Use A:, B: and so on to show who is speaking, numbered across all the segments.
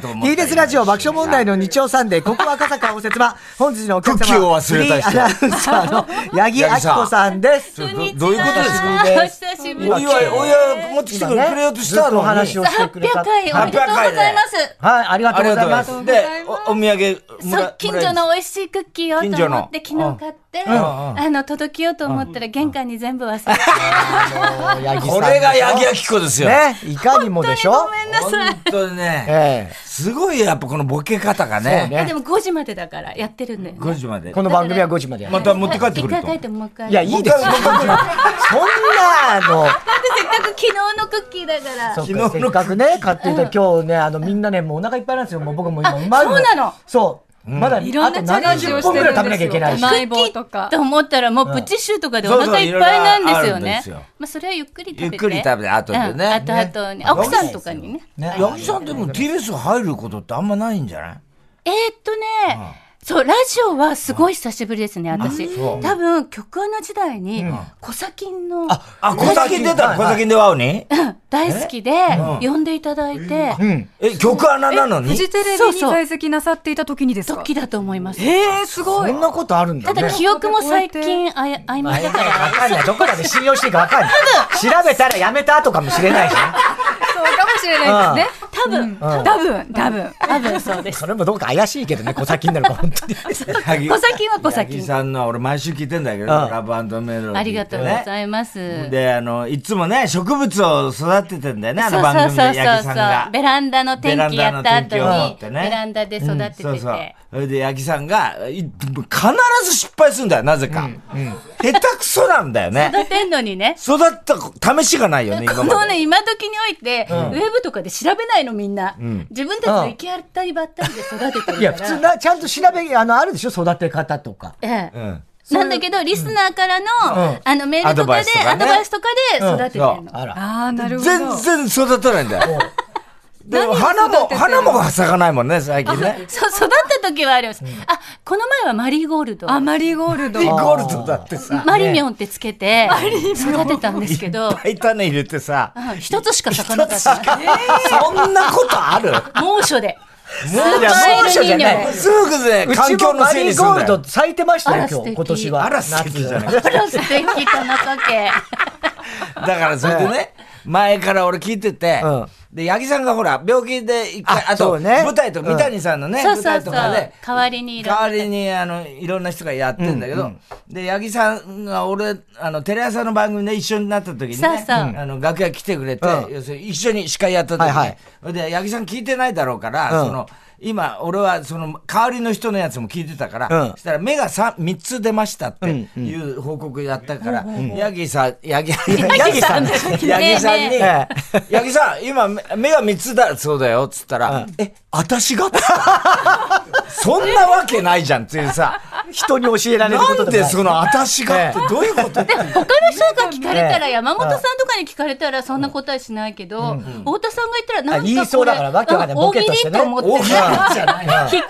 A: と思った
B: TBS ラジオ爆笑問題の日曜サンデ ー、ここ赤坂応接場、本日のお客
A: クッキーを
B: 様、
A: 忘れた人
B: フリーアナウンサーの八木亜希子さん です。
A: どどういうことですか
C: 久しぶ
A: お
C: りです。
A: 祝い、お祝い持ってきてくれようとした
B: ずっ
A: の
B: お話を
A: に。
B: してくれた。
C: 800回おめでとうございます。
B: はい、ありがと
A: あ
B: う
A: りがとご
B: ございう
A: ざい
B: ま。
A: ますす。で、おお土産、も
C: そう
A: ら
C: 近所の美味しいクッキーを
A: 近所
C: と
A: の
C: 思って昨日買って、
A: ん
C: あの届けようと思ったら玄関に全部忘れて、
B: 八木さ
A: こ
B: ん
A: れが八木亜希子ですよ。
B: ね、いかにもでしょ
C: ごめんなさい。
A: 本当にね、
B: え
A: すごいやっぱこのボケ方が
B: そう
A: ね、
B: ね
C: えでも5時までだからやってるんで、ね。
A: 5時まで
B: え。この番組は5時までやる
A: また持って帰ってくる
C: 一回
A: と
C: 書。いてもう一回。
B: いや、いいですよ。そんな、あの、
C: せっかく昨日のクッキーだから。
B: そう
A: 昨日の
B: かせっかくね、買っていた今日ね、あの、みんなね、もうお腹いっぱいなんですよ。もう僕も今、うまいもん
C: そうなの
B: そう。まだ、あと
D: いろんなチャレンジ
B: 70
D: をし
B: 本
D: て
B: ぐ
D: る
B: ら
D: ん
B: い食べな
D: で
B: き
D: す
B: ゃいけ
D: よ。
B: ないし。
D: 甘い棒とか。
C: と思ったらもうプチシューとかで
A: そ
C: お
A: うそう
C: 腹いっぱいなんですよ
A: いろいろあるんで
C: ね
A: すよ。
C: まあそれはゆっくり食べて。
A: ゆっくり食べて後でね
C: うんあとあとね、奥さんとかにね。
B: ね
A: 八木さんでも TBS 入ることってあんまないんじゃない
C: えーっとね、そう、ラジオはすごい久しぶりですね、私。多分、局アナ時代に、コサキンの、
A: あ、小崎出たの小崎で会うに
C: 大好きで、呼んでいただいて、
B: うん。
A: え、曲穴なの
D: フ
A: に
D: ジテレビ
C: そう
D: に
C: そう
D: 在籍なさっていた時にですか
C: 時だと思います。
D: えー、すごい
B: そ。んなことあるんだ
C: た
B: ね。
C: だ、記憶も最近あや、曖昧だから、
B: わかんない。どこまで信用していいかわかんない。調べたらやめたとかもしれないしね。
D: そうかもしれないですね。
C: 多分、
D: 多分、多分。
C: 多分そうです。
B: それもどうか怪しいけどね、小先になるから、本当に。
A: 八木
C: 小崎は小
A: 八
C: 崎
A: 木。さんの俺毎週聞いてんだけど、
B: うん
A: ラブメロディーってね
C: ありがとうございます。
A: で、あの、いつもね、植物を育ててんだよね、あ
C: そ
A: の
C: うそう
A: 番組で
C: そう
A: 八木
C: そ
A: さ
C: う
A: んが。
C: ベランダの天気やった後
A: ベランダの天気を持っ
C: に
A: て
C: ベ
A: ね
C: ランダで育てて
A: そうそう
C: て。。
A: それで、八木さんが、い必ず失敗するんだよ、なぜか。下手くそなんだよね。
C: 育てんのにね。
A: 育った試しがないよね、
C: こ
A: 今
C: の
A: まで。
C: ね、今時において、ウェブとかで調べないのみんな。自分たちの行き当たりばったりで育てて
B: いや、
C: る
B: 普
C: か
B: 通
C: ら。
B: な、ちゃんと調べ、あの、あるでしょ育て方とか。
C: ええ
A: うん。
C: なんだけど、リスナーからの、あの、メールとか
A: アドバイ
C: で
A: スと、かね
C: アドバイスとかで育ててる
A: うん
C: の。
B: あら。
D: ああ、なるほど。
A: 全然育たないんだよ。で
D: 何を
A: 花も
D: 育て、てる
A: 花も咲かないもんね、最近ね。
C: そう、育った時はあります。あ、この前はマリーゴールド。
D: あ、マリーゴールド。
A: リゴールドだってさ、
C: マリミョンってつけて、育てたんですけど、
A: いっぱい種入れてさ、
C: うん一つしか咲かなかった。
A: そんなことある
C: 猛暑で。
A: もう
C: じゃあ猛暑じゃない
A: すぐね、
B: う
A: 環
B: ち
A: 境
B: も
A: の
B: マ
A: せい
B: リ
A: に
B: ー
A: する
B: ゴ
A: ん
B: ー
A: だ
B: ル
A: よ
B: ド。咲いてました
C: あ
B: よ
C: ら、素
B: 今日、
C: 敵
B: 今年は。
A: あら、素敵じゃない。
C: あら素敵、田中家。
A: だからそれでね、前から俺聞いてて
B: うん、
A: で、八木さんがほら、病気で一回、
B: あ
A: あと、
B: そうね
A: 舞台と、三谷さんのね、
C: そ
A: 舞
C: うそう
A: 台と
C: そう。
A: か
C: 代
A: で、
C: わりにいろん
A: 代
C: な
A: わりにあのいろんな人がやってんだけど、で八木さんが俺あのテレ朝の番組で一緒になった時にね
C: そうそう
A: あの楽屋来てくれて、
B: うん
A: 要するに一緒に司会やった時に、
B: はいはい
A: それで八木さん聞いてないだろうから、
B: うん
A: その今俺はその代わりの人のやつも聞いてたから、
B: うん
A: そしたら目が 3, 三つ出ましたっていう報告やったから、八木さん八木
B: ヤギさん。
A: 八木さんに
C: ねえ
B: え
A: 「八木さん今目目が3つだそうだよ」っつったら「え私が?」そんなわけないじゃんっていうさ
B: え人に教えられるこ
A: な
B: と
A: ん
B: で
A: で
B: もない
A: その「私が」ってどういうこと
C: 他の人が聞かれたら、山本さんとかに聞かれたら、そんな答えしないけど、太田さんが言ったら、なんかこれ。
B: 言いそうだからわけわかんないボ
C: 大
B: ケ
C: 喜
B: として
C: 利
B: ね
C: と思ってね。
A: 大喜利じゃない
C: 引っ掛けと思って。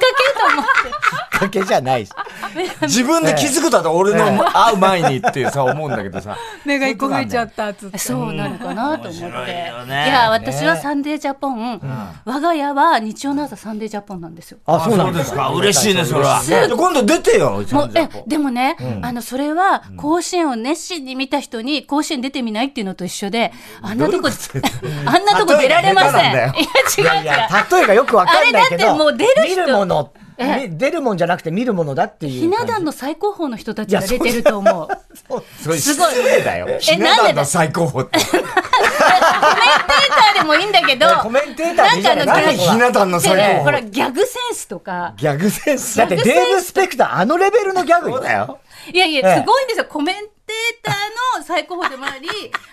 B: だけじゃないし。
A: 自分で気づくだと俺の会う前にってさ思うんだけどさ
D: 目が一個増えちゃった、つって。
C: そうなのかなと思って。い
A: 白いよね
C: や、私はサンデージャポン、我が家は日曜の朝サンデージャポンなんですよ。
B: あ、そうなんだ
A: か嬉しいねそれは
C: 嬉しい
A: で今度出てよち
C: も
A: ゃ
C: うん
A: と
C: えでもね、あのそれは甲子園を熱心に見た人に甲子園出てみないっていうのと一緒であんなとこあんなとこ出られませんい
A: 例えが
C: や
A: 下
C: 違う違う
B: いやいや、例えがよくわかんないけど。
C: あれだってもう出る人
B: 見るもの。
C: え
B: み出るもんじゃなくて見るものだっていう。
C: ひな壇の最高峰の人たちが出てると思う。
A: それ
C: すごい
A: 失礼だよひな
C: なんで
A: 壇の最高峰って
C: コメンテーターでもいいんだけど、
B: コメンテーターでいいじゃない
C: なんかあの
A: 何ひな壇の最
C: で
A: 高
C: ほら、
A: 峰
C: ギャグセンスとか。
A: ギャグセンス
B: だってデーブ・スペクター、あのレベルのギャグ
A: そうだよ
C: いやい
B: ええ
C: や、すごいんですよ。コメンテーターの最高峰でもあ り、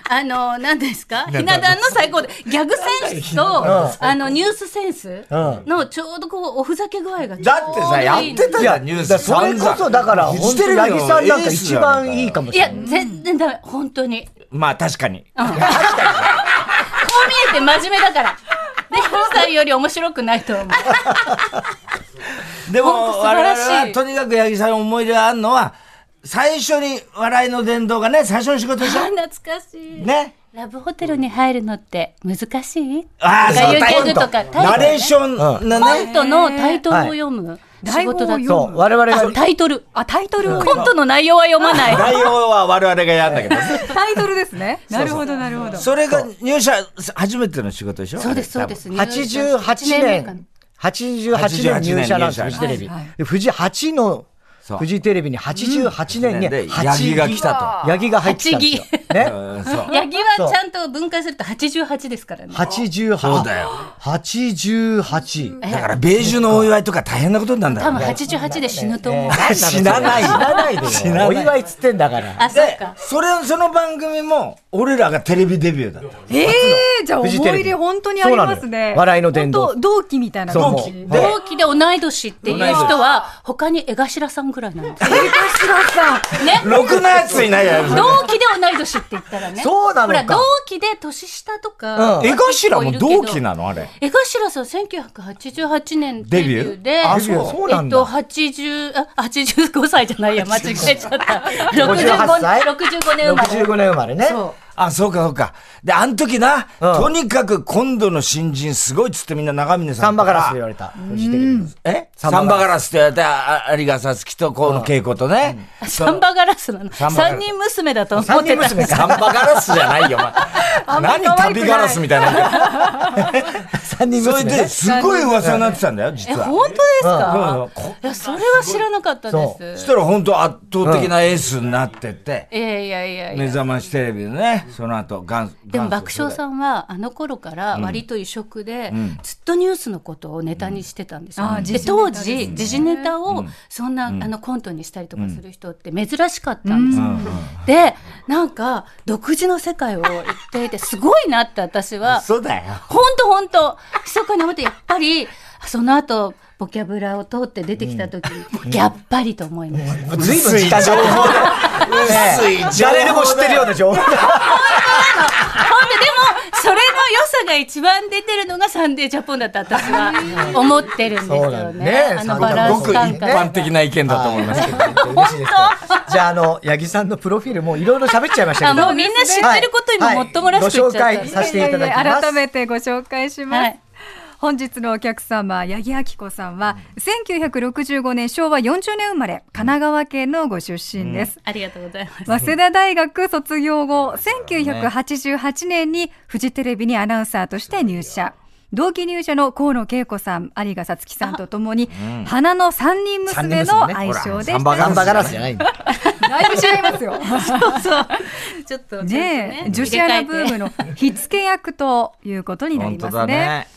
C: あの、何ですかひな壇の最高峰。ギャグセンスと、あの、ニュースセンスのちょうどこう、おふざけ具合がちょうどいい。
A: だってさやってた
B: い
A: じゃ
B: や、
A: んニュース
B: それこそ、だから、
A: 散々
B: 本当に八木さんなんか一番いいかも
C: い
B: しれ
C: や、
B: ない。
C: 全然ダメ。本当に。こ
A: まあ確かに。
C: う見えて真面目だから。で、ヒロさんより面白くないと思う。
A: でも
C: ほんと素
A: 我
C: 晴
A: 々
C: らしい
A: はとにかく八木さん思い出があるのは最初に笑いの殿堂がね最初の仕事でし
C: あ
A: ょ
C: 懐かしい。
A: ね
C: ラブホテルに入るのって難しい
A: ああ、
C: とかいうギャグとか、タイトルね
A: ナレーションの
C: コ
A: ね。
C: ントのタイトルを読む仕事だと。
D: 台本を
B: そう、我々
C: あ
B: が、
C: タイトル。
D: あ、タイトルを
C: コントの内容は読まない。
A: 内容は我々がやんだけど。
D: タイトルですね。なるほど、なるほど。
A: それが入社初めての仕事でしょ
C: そうです、そうで。す。
B: 88年、88年入社なんです、
A: 88
B: フ
A: 年
B: ジテレビ
D: はいはい。
B: でフジ8の、
A: そう
B: フジテレビに88
A: 8
B: 年に、
A: で、ヤ
B: 八
A: ギが来たと。
B: ヤギが入ってきたんですよ。ね。
A: うん そう。
C: ヤギはちゃんと分解すると88ですからね。
B: 88。
A: そうだよ
B: 88。
A: だから、米寿のお祝いとか大変なことになるんだ
C: 多
A: ろう
C: 分
A: ね。
C: 88で死ぬと思
B: え
C: う。
B: ー
A: 死なない
B: 死なないでよ
A: 死なない
B: お祝いっつってんだから。
C: あ、そうか。
A: それ、その番組も、俺らがテレビデビューだった。
D: ええ、じゃあ思い入れ本当にあります
B: そうなの
D: ね
B: よ。笑いの殿堂
D: 本当同期みたいな感
B: 同
D: じ。
B: 期で
C: 同期で同い年っていう人は、他に江頭さんぐ らいなんですよ。ね。
A: ろくなやついない やろ。
C: 同期で同い年って言ったらね。
B: そうなのか
C: ほら、同期で年下と
B: う
C: か
B: ん。
A: 江頭も同期
C: の
A: なのあれ。
C: 江頭さん1988年デビューで、
B: あそうそうなん
C: えっ
B: だ
C: と、80、あ、85歳じゃないや、間違えちゃった。
B: 58歳
C: 65 65年生まれ。
B: 65年生まれね。
C: そう。
A: あ、そうかそうか。で、あの時な、
B: うん
A: とにかく今度の新人すごいっつってみんな長峰さんとか。
B: サンバガラスで言われた。フジテレビの
A: え
B: サ
A: サ
B: ンバガ
A: ンバガラ
B: ラス
A: スって言われて、あ有賀さつきと河野恵子とね。
C: あサンバガラスなの。
A: ンバガラス
C: 三人娘だと思
B: 三
C: っ
B: 人
C: てた。
B: 娘
A: サン
B: か。
A: バガラスじゃないよ、お前。
D: んま可愛くない
A: 何旅ガラスみたいな。
B: 三人
A: それ
B: 娘
A: で
B: ね。
A: すごい噂になってたんだよ、実
C: え、
A: は。
C: 本当です
A: うんう
C: か
A: んこ
C: いや、それは知らなかったで
A: そし
C: す。
A: たら本当圧倒的なエースになってって、
C: いやいやいやい
A: 目
C: や。
A: 覚ましテレビでね、その後、ガン
C: でも爆笑
A: ん。
C: さんはあの頃から割と異色で、ずっとニュースのことをネタにしてたんですよ、
D: うんあー時
C: で
D: 事ネタ
C: 当
D: ですね
C: 時時事ネタをそんな、あのコントにしたりとかする人って珍しかったんですよ、でなんか独自の世界を言っていてすごいなって私は
A: そうだよ。
C: 本当本当密かに思ってやっぱりその後ボキャブラを通って出てきた時に、やっぱりと思いました、
B: ずいぶん時 間情報だ。
A: 薄い情報だよ
B: 誰でも知ってるような情報
C: ほんで、でも、それの良さが一番出てるのがサンデージャポンだと私は思ってるんです
B: そうな
C: よ
B: んだ
C: ね。
B: ね
C: あのバラン
A: ごく
C: ス
A: 一
C: 感覚。
A: 般的な意見だと思いますけど。
B: 嬉しいですね じゃあ、あの、八木さんのプロフィールもいろいろ喋っちゃいました
C: あ、
B: けど。
C: もうみんな知ってること今
B: はい
C: もっともらしく言っちゃった。
B: はいご紹介させていただきます
D: いやいや改めてご紹介します。
C: はい
D: 本日のお客様、八木明子さんは、1965年昭和40年生まれ、神奈川県のご出身です。
C: ありがとうございます。
D: 早稲田大学卒業後、1988年にフジテレビにアナウンサーとして入社。同期入社の河野恵子さん、有賀さつきさんとともに、花の三人娘の愛称で
A: 三人娘ねほら
D: 親
A: 三
D: し
A: 番
B: ガンバガラスじゃないんだ。
D: だいぶ違いますよ。
C: そう。ちょっと、
D: ねえ、女子アナブーム
C: の。
D: の火付け役ということになり
A: 本当
D: ます
A: だ
D: ね。
A: ね。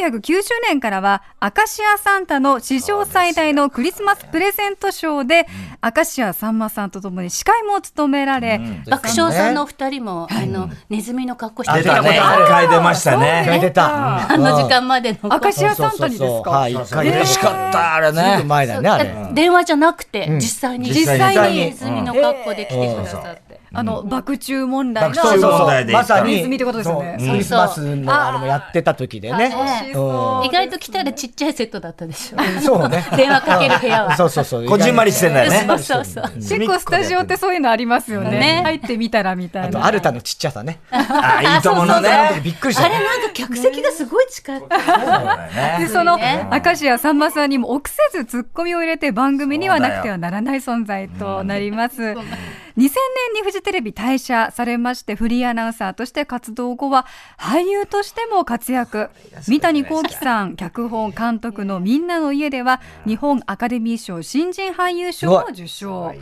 D: 1990年からは、アカシアサンタの史上最大のクリスマスプレゼントショーで、アカシアさんまさんとともに司会も務められ、
C: 爆笑さんのお二人も、あの、ネズミの格好して
A: 出た
C: た
A: ね。
C: ね。
A: 一回出ました
D: そう
A: ね。
B: 出た。
C: あの時間までの。
D: アカシアサンタにですか
B: はい、一回
A: 嬉しかった、あれ
B: ずいぶ
A: ね
B: ん。前だね、あれ。
C: あ電話じゃなくて、実際に。
A: 実
B: 際に
C: ネズミの格好で来てくださって。
D: あの、爆注問題の、
A: 爆注問題で
B: まさ
D: ネ
B: に、
D: ズミってことですよね
B: そうクリスマスのあれもやってた時でね。
D: 楽しそう
C: 意外と来たらちっちゃいセットだったでしょ。
B: そうね。
C: 電話かける部屋は。
B: そうそうそう。
A: こじんまりしてんだよね。
C: そうそうそう。
D: 結構スタジオってそういうのありますよね
C: ね。
D: 入ってみたらみたい
B: あ
D: な。
B: と、アルタのちっちゃさね。
A: あ、いいともの
B: あの時
A: ね。
B: びっくりし
C: あ
B: た
C: れ。なんか客席がすごい近い。
D: で、その、明石家さんまさんにも臆せずツッコミを入れて番組にはなくてはならない存在となります。2000年にフジテレビ退社されまして、フリーアナウンサーとして活動後は、俳優としても活躍。三谷幸喜さん、脚本監督のみんなの家では、日本アカデミー賞新人俳優賞を受賞。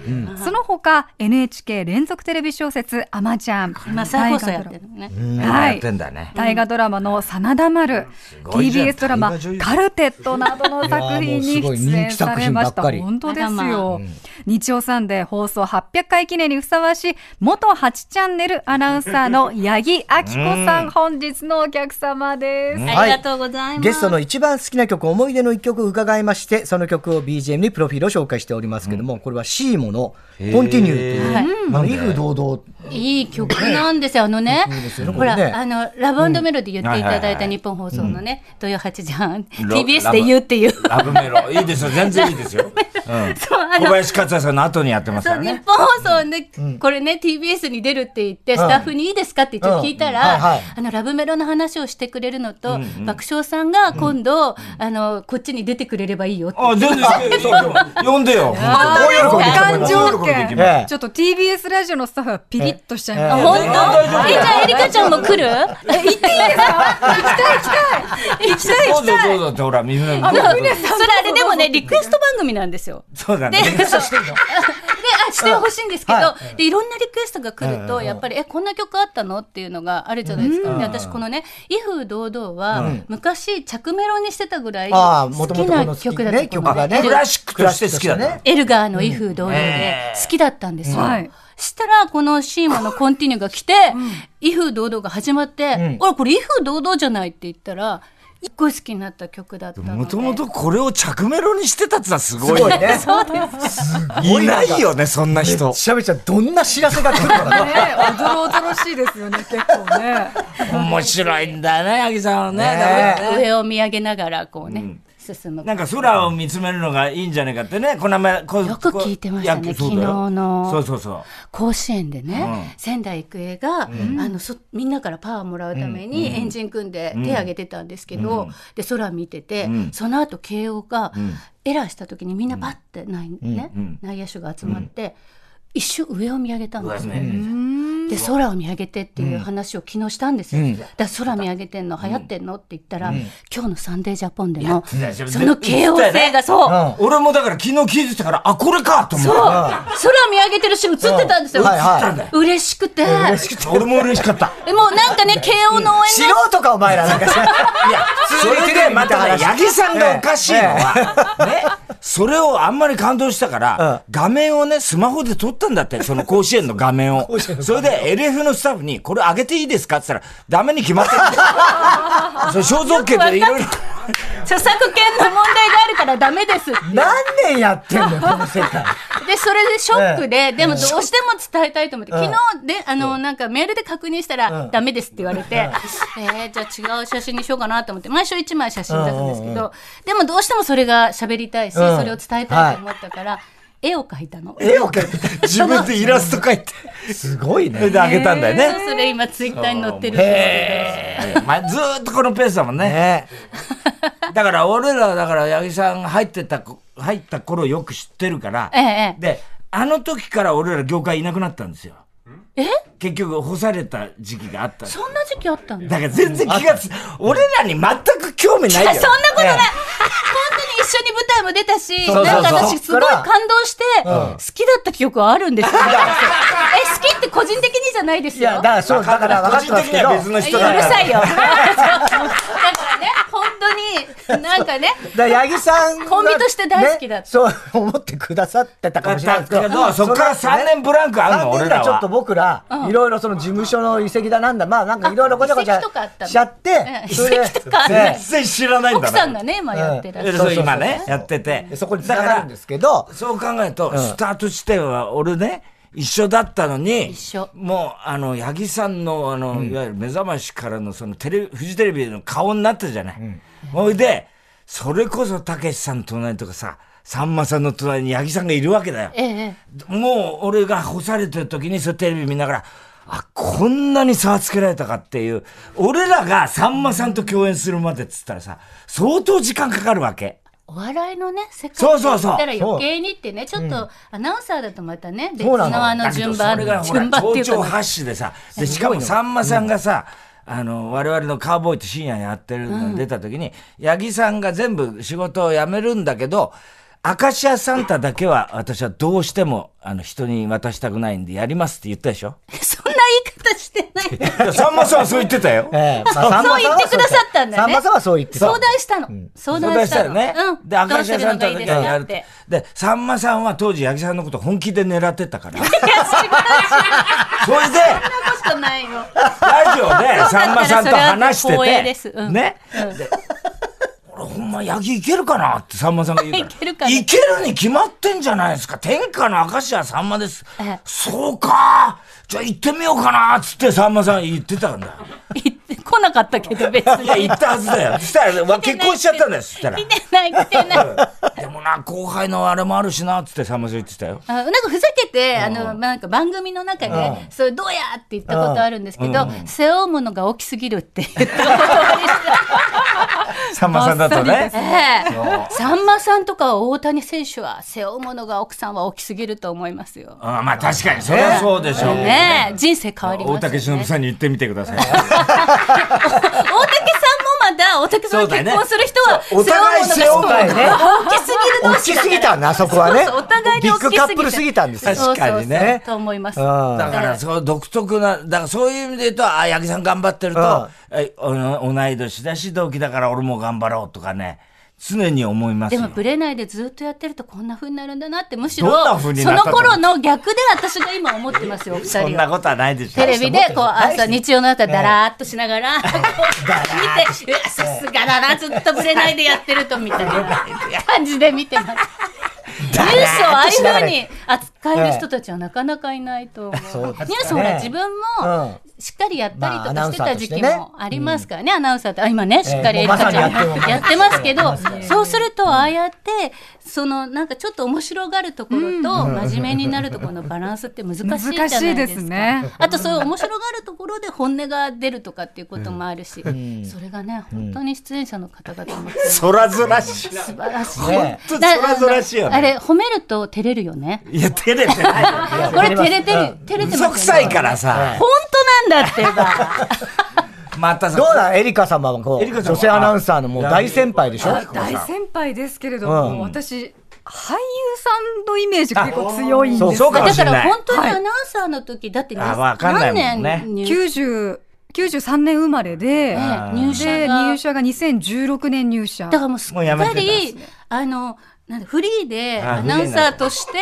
D: その他、NHK 連続テレビ小説、アマちゃん。
C: 今再放送やってるのね。
D: は
A: や
D: い
A: って。んだね。
D: 大河ドラマの真田丸、
A: ごいじゃん
D: TBS ドラマ
A: 大河女優
D: カルテットなどの作品に出演さ
B: いやもうす
D: れまし
B: ごい人気作品ばっか
D: た。
B: り
D: 本当で
C: あ
D: す
C: らま
D: よ。日曜サンデー放送800回記念にふさわしい、元8チャンネルアナウンサーの八木明子さん、本日のお客様です。
B: ん
C: ありがとうございます。
B: ゲストの一番好きな曲、思い出の一曲を伺いまして、その曲を BGM にプロフィールを紹介しておりますけども、これはシーモのコンティニューという、あの、威風堂々
C: いい曲なんですよ。あのね、ほら、あの、ラブメロディー言っていただいた日本放送のね、土曜8時半、TBS で言うっていう。
A: ラブメロ。いいですよ。全然いいですよ。うん
C: そう、あ
A: 小
C: の、
A: 林克也さんの後にやってます
C: そ
A: か
C: う、
A: ら
C: 日
A: ね。
C: 本放送で、これね、TBS に出るって言って、スタッフにいいですかって一応聞いた
B: うんうんはいは
C: ら
B: い、
C: あの、ラブメロの話をしてくれるのと、爆笑さんが今度、あの、こっちに出てくれればいいよって。
A: あ、全然、そう、呼んでよ。
B: 大喜びでき
D: 感
B: ますよ
D: 情
A: 喜びでき
D: 圏、
B: ます
D: ちょっと TBS ラジオのスタッフはピリッとしちゃい
C: あ
D: ま
C: 本当え、じゃあエリカちゃんも来るえ、行っていいですか
A: どう
C: 行きたい行きたい行きたい行
A: ぞ
C: きたい
A: どうぞって、ほら、みんな。
C: あ のそれあれでもね、リクエスト番組なんですよ。
A: そうだ
C: で、
A: ね。
C: そう で、あ、してほしいんですけど、で、いろんなリクエストが来ると、やっぱり、え、こんな曲あったのっていうのがあるじゃないですか。で、私、このね、威風堂々は、昔、着メロにしてたぐらい、
B: ああ、
C: 好
B: もと
C: き
B: もとこ
C: な
B: の
C: 曲だ
B: 好
C: った
B: き
C: の
B: ね、曲がね。
A: クラシックとして好きだね。
C: エルガーの威風堂々で好きだったんですよ。
D: はい
C: したら、このシーマのコンティニューが来て、威風堂々が始まって、あら、これ威風堂々じゃないって言ったら、すっごい好きになった曲だったので。
A: もともとこれを着メロにしてたってのはすごい
B: すごい
A: ね。
B: ね。
A: いないよね、そんな人。
B: しゃべちゃん、どんな知らせが来るか
D: す。
B: な。
D: ね、おどろおどろしいですよね、結構ね。
A: 面白いんだね、八木さんは
B: ね
A: ね。
C: 上を見上げながら、こうね、進む。
A: なんか空を見つめるのがいいんじゃないかってね、この前、こう
C: よく聞いてましたね
A: こういやそうだよ
C: 昨日の
A: そうそうそう。
C: 甲子園でね、仙台育英が、あのそみんなからパワーもらうためにエンジン組んで手挙げてたんですけど、で空見てて、その後慶応がエラーした時にみんなバッてない、ね内野手が集まって、一瞬上を見上げたんですね。で空を見上げてっていう話を昨日したんですよ、だから空見上げてんの流行ってんのって言ったら、今日の「サンデージャポン」でも
A: たよ
C: その慶応勢がそう、
A: 俺もだから昨日聞いてたから、あ、これかと思っ
C: そう
A: て。
C: 空見上げてるし映ってたんですよ、
B: はいは
C: 嬉しくて、
A: 俺も嬉しかった。
C: えもうなんかね、慶応の応
B: 素
C: 援が。
B: 人か、お前ら。なんかいや、
A: それでまたね、八木さんがおかしいのは、ね、それをあんまり感動したから、画面をね、スマホで撮ったんだって、その甲子園の画面を。それで LF のスタッフに、これ上げていいですかって言ったら、ダメに決まってる。 それ肖像権でいろいろ。
C: 著作権の問題があるからダメ ですって。
B: 何年やってんのよ、この世界。
C: で、それでショックで、でもどうしても伝えたいと思って、昨日で、あの、なんかメールで確認したら、ダメですって言われて、えー、じゃあ違う写真にしようかなと思って、毎週1枚写真出すんですけど、でもどうしてもそれが喋りたいし、そ
B: うん
C: れを伝えたいと思ったから、絵を描いたの。
B: 絵を描いて、
A: 自分でイラスト描いて。
B: すごい
A: それ
B: ね。
A: で上げたんだよね。
C: それ今ツイッターに載ってるんです
A: まあ、ずーっとこのペースだもんね。
B: ね
A: だから俺ら、だから八木さん入ってたこ、入った頃よく知ってるから、
C: ええ
A: で、あの時から俺ら業界いなくなったんですよ。え結局干された時期があった。だ
C: けど、そんな時期あったんだ。
A: から全然気がつ、俺らに全く興味ない
C: いや
A: よ。
C: そんなことない、本当に一緒に舞台も出たし、
A: うそうそ
C: な
A: うん
C: か私すごい感動して、好きだった記憶はある んですよ。え、好きって個人的にじゃないです
B: い
C: よ。
B: や、だから、そう、だから分かってますけど。
A: 個人的には別の
C: えう
A: 人
C: る
A: だから。
C: さい よ。だからね、本当に、な んかね、
B: だから八木さんが
C: コンビとして大好きだった
B: ねそう思ってくださってたかもしれないですけ
A: だ
B: ど
A: けどそっから3年ブランクあんの
B: 3
A: 俺
B: 年
A: ら
B: 間
A: は
B: ちょっと僕らいろいろその事務所の移籍だなんだまあなんかいろいろごちゃごち
C: あ
B: ゃ
C: 移籍とかあったの
B: しちゃっ
C: ええ
B: て
C: 遺
B: それで
C: 跡とかあんない
B: ね
A: 全然知らないんだ
C: 奥
A: な
C: さんがね、今やってらっしゃる。
A: そう
B: そうそうそう
A: 今ね、やってて。
B: そこに繋がるんですけど
A: そう考えると、スタート地点は俺ね、一緒だったのに、
C: 一緒
A: もう、あの、八木さんの、あの、いわゆる目覚ましからの、その、テレビ、フジテレビの顔になったじゃない。ほいで、それこそ、たけしさんの隣とかさ、さんまさんの隣に八木さんがいるわけだよ。
C: ええ、
A: もう、俺が干されてる時に、そうテレビ見ながら、あ、こんなに差をつけられたかっていう、俺らがさんまさんと共演するまでっつったらさ、相当時間かかるわけ。
C: お笑いのね、世界
A: そうそうそう
C: だから余計にってね、ちょっとアナウンサーだとまたね、別
B: そうな
C: の
B: の
C: あの順番、
A: だけどそれ
C: 順
A: が
C: 番
A: ほ
C: っ
A: ら、
C: てい
A: 盗聴
C: うかまあ、
A: 発視でさ、で、しかもさんまさんがさ、あの、我々のカーボーイと深夜にやってるのに出た時に、八木さんが全部仕事を辞めるんだけど、アカシアサンタだけは私はどうしても、あの、人に渡したくないんでやりますって言ったでしょ
C: そんな言い方してない。
A: さんまさんはそう言ってた よ
B: ええまあさんまさん
C: そう
B: は
C: 言ってくださったんだね。
B: さんまさんはそう言ってた
C: 相談したの。
A: 相
C: 相談
A: 談
C: し
A: したたよ
C: の。
A: ね。
C: うん。
A: で、赤石さん
C: ど
A: と
C: うするのがいいです
A: や
C: か
A: や
C: っ
A: る
C: て。。
A: で、さんまさんは当時、八木さんのこと本気で狙ってたから。それで、
C: そんなことないよ。
A: ラジオでさんまさんと話して
C: それは光栄です
A: て、
C: うん
A: ね。で俺ほんま、八木いけるかなってさんまさんが言う から。
C: いけるかない
A: けるに決まってんじゃないですか。天下の明石家さんまです
C: ええ。
A: そうか。じゃあ行ってみようかなっつってさんまさん言ってたん だ。
C: 行ってこなかったけど別に。
A: いや、行ったはずだよ。そしたら、わ結婚しちゃったんだよ、そしたら。
C: 来てない来てない。
A: でもな、後輩のあれもあるしなっつって さんまさん言ってたよ。
C: あなんかふざけて、あの、まあなんか番組の中で、それどうやって言ったことあるんですけど、背負うものが大きすぎるって言ったことありま
B: さんまさんだとね。
C: ええさんまさんとか大谷選手は背負うものが奥さんは大きすぎると思いますよ。
A: うん、まあ確かに、それはそうでしょう。
C: ねえ、人生変わりますよ
A: 大
C: ね。
A: 竹しのぶさんに言ってみてください。
C: 大竹さんもまだ、大竹さんが結婚する人は、
A: そうだねそうお互い
C: 背負うものが
B: 背負うものが
C: 大きすぎる同
B: 大
C: 士
B: き
C: だから
B: すぎたんだ、あそこはね。
C: そうそうお互いに
B: ビ
C: 大
B: ッ
C: きす
B: グ
C: ぎて
B: カップルすぎたんですよ。
A: 確かにね
C: そうそうそうと思います。
B: うん
A: だから、そう、独特な、だからそういう意味で言うと、あ、八木さん頑張ってると、えお同い年だし、同期だから俺も頑張ろうとかね、常に思います
C: で
A: よ。
C: もブレないでずっとやってるとこんな風になるんだなってむしろ
A: どんな風にな
C: そ
A: った
C: の
A: と
C: 頃の逆で私が今思ってますよお二
A: そん
C: 人
A: な
C: は
A: ことはないでしょ。
C: テレビでこう朝日曜の朝だらーっとしながら見てうわさすがだなずっとブレないでやってるとみたいな感じで見てますニュースをああいう風に扱える人たちはなかなかいないと思う。
B: そうですね
C: ニュースほら自分
B: うん
C: もしっかりやったりと
B: まあ
C: かしてた時期
B: アナウンサーとしてね
C: もありますからね、アナウンサーって。あ、今ね、しっか
B: え
C: り
B: え
C: エリカちゃん
B: もうまさにや
C: やってますけど、そうするとああやって、そのなんかちょっと面白がるところと真面目になるところのバランスって難しいじゃないですか。
D: 難しいですね。
C: あとそういう面白がるところで本音が出るとかっていうこともあるし、それがね、本当に出演者の方々も素
A: そらずらしい。
C: 晴らしい。
B: ね
A: ほんとそらそらしいよね
C: あれ、褒めると照れるよね。
A: いや、照れてないよ。
C: これ照れてる、照れてます
A: 嘘
C: よ
A: く
C: ね
A: さいからさ、
C: 本当なんだってば。
A: またさ
B: どう、なんエリカ様はこう、
A: リカ様
B: 女性アナウンサーのもう大先輩でしょ
D: 大先輩ですけれど
B: うん
D: も、私、俳優さんのイメージが結構強いん
B: あ
D: です
B: そう
D: よ
B: かも
C: だ
B: しれ
C: か
B: ない
C: ら本当にアナウンサーの時、だってね
A: あわかんない
C: 何
A: もんね
C: 年入
D: 90 93年生まれで、
C: 入社
D: で、
C: が
D: 入社が2016年入社。
C: だからもうすっ
A: も
C: か
A: う
C: り、
A: やめてたんです
C: あの、なんだフリーで
A: あ
C: アナウンサーとして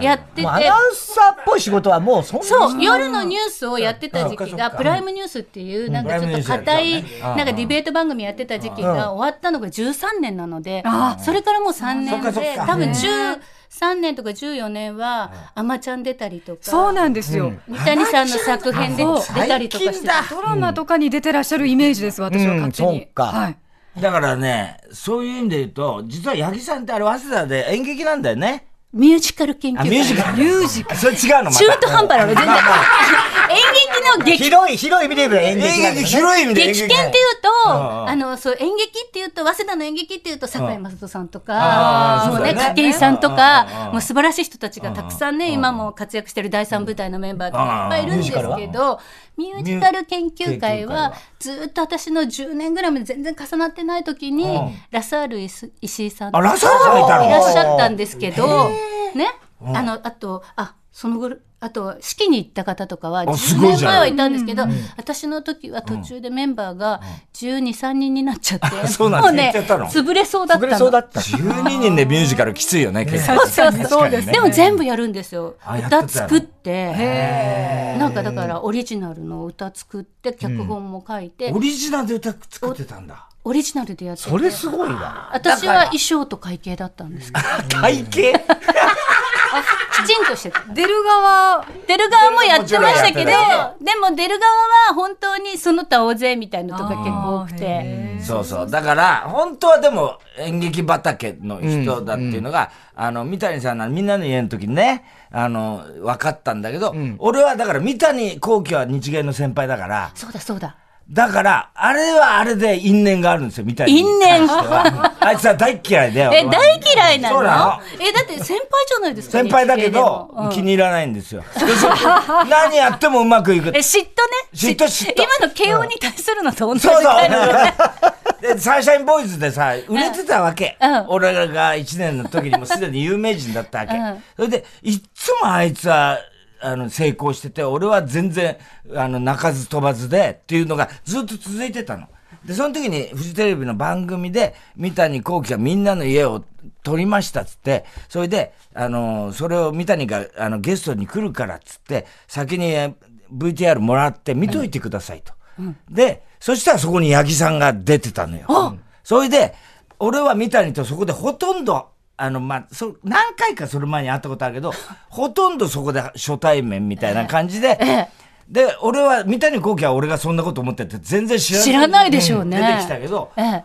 C: やってて、
B: もうアナウンサーっぽい仕事はもうそんな
C: そう、夜のニュースをやってた時
A: あそ
C: 期
A: っかそっ
C: が、
A: か
C: プライムニュースっていう、なんかちょっと硬い、なんかディベート番組やってた時期が終わったのが13年なので、それからもう3
A: そっ
C: 年
A: かそっ
C: で、
A: か
C: 多分13年とか14年は、アマちゃん出たりと
D: そう
C: か、
D: なんですよ。
C: 三谷さんの作品で出たりとかしてた。
D: ドラマとかに出てらっしゃるイメージです、私は勝手に。
B: うんそうか
D: はい。
A: だからね、そういう意味で言うと、実は八木さんってあれ、早稲田で演劇なんだよね。
C: ミュージカル研究
A: あ、
C: 会。
A: ミュージカル。ミュージカル。それ違うの、また。
C: 中途半端なの、全然。演劇の劇
B: 広い、広い意味で言えば演劇なんだ
A: 演
B: ね
A: 劇、広い意味で演
C: 劇
A: 劇。
C: 研っていうと、
A: ん
C: あの、そう、演劇っていうと、早稲田の演劇っていうと、坂井雅人さんと
A: あ
C: か
A: ー、
C: もう
A: そうだ
C: ね、
A: ね
C: 筧さんと
A: うんうんう
C: か
A: ん、
C: もう素晴らしい人たちがたくさんね、今も活躍してる第三部隊のメンバーとかいっぱいいるんですけど、ミュージカル研究会は、ずっと私の10年ぐらいまで全然重なってない時に、ラサール石石井さんと
A: あ、
C: か
A: ラサールさんいたの
C: いらっしゃったんですけど、ね、あの、あと、あ、そのぐる、あと、式に行った方とかは、
A: あす
C: 10
A: ごい
C: 年
A: じゃん
C: 前はいたんですけど、私の時は途中でメンバーが12、3人になっちゃって、
A: そうなん
C: も
A: だ
C: うね、
A: 言ってたの
C: 潰れそうだった
B: 潰
C: の。
B: れそうだった。
A: 12人でミュージカルきついよね、結構。
C: そうそうそう
A: ですね
C: でも全部やるんですよ。
A: あやってたの
C: 歌作って、なんかだからオリジナルの歌作って、脚本も書いて、
A: オリジナルで歌作ってたんだ。
C: オリジナルでやってて
B: それすごいわ。
C: 私は衣装と会計だったんですけど、
A: 体型
C: きちんとしてた。
D: 出る側、
C: 出る側もやってました
A: 出
C: けど、
A: る
C: で
A: 側も
C: も出る側は本当にその他大勢みたいなのとか結構多くて。
A: そうそう。だから、本当はでも演劇畑の人だっていうのが、あの、三谷さんのみんなの家の時にね、あの、分かったんだけど、俺はだから三谷幸喜は日芸の先輩だから、
C: そうだそうだ。
A: だから、あれはあれで因縁があるんですよ、みたいな。
C: 因縁
A: あいつは大っ嫌いだよ。
C: え、大嫌いなの
A: そうなの
C: え、だって先輩じゃないですか。
A: 先輩だけど
C: 日系でも、
A: 気
C: うん
A: に入らないんですよ。でそ何やってもうまくいく
C: え、。嫉妬ね。
A: 嫉妬嫉妬
C: 今の慶応に対するのと同じ
A: そうそ
C: 感じだね
A: う。で、サンシャインボーイズでさ、売れてたわけ。
C: うん
A: 俺らが1年の時にもすでに有名人だったわけ。
C: うん
A: それで、いっつもあいつは、あの、成功してて、俺は全然、あの、泣かず飛ばずで、っていうのがずっと続いてたの。で、その時に、フジテレビの番組で、三谷幸喜がみんなの家を撮りましたっつって、それで、あの、それを三谷が、あの、ゲストに来るからっつって、先にえ VTR もらって見といてくださいと。で、そしたらそこに八木さんが出てたのよ。それで、俺は三谷とそこでほとんどあの、まあ、そ、何回かその前に会ったことあるけ ど、ほとんどそこで初対面みたいな感じで、で、俺は、三谷幸喜は俺がそんなこと思ってて全然知らない。
C: 知らないでしょうね。
A: 出てきたけど、
C: ええ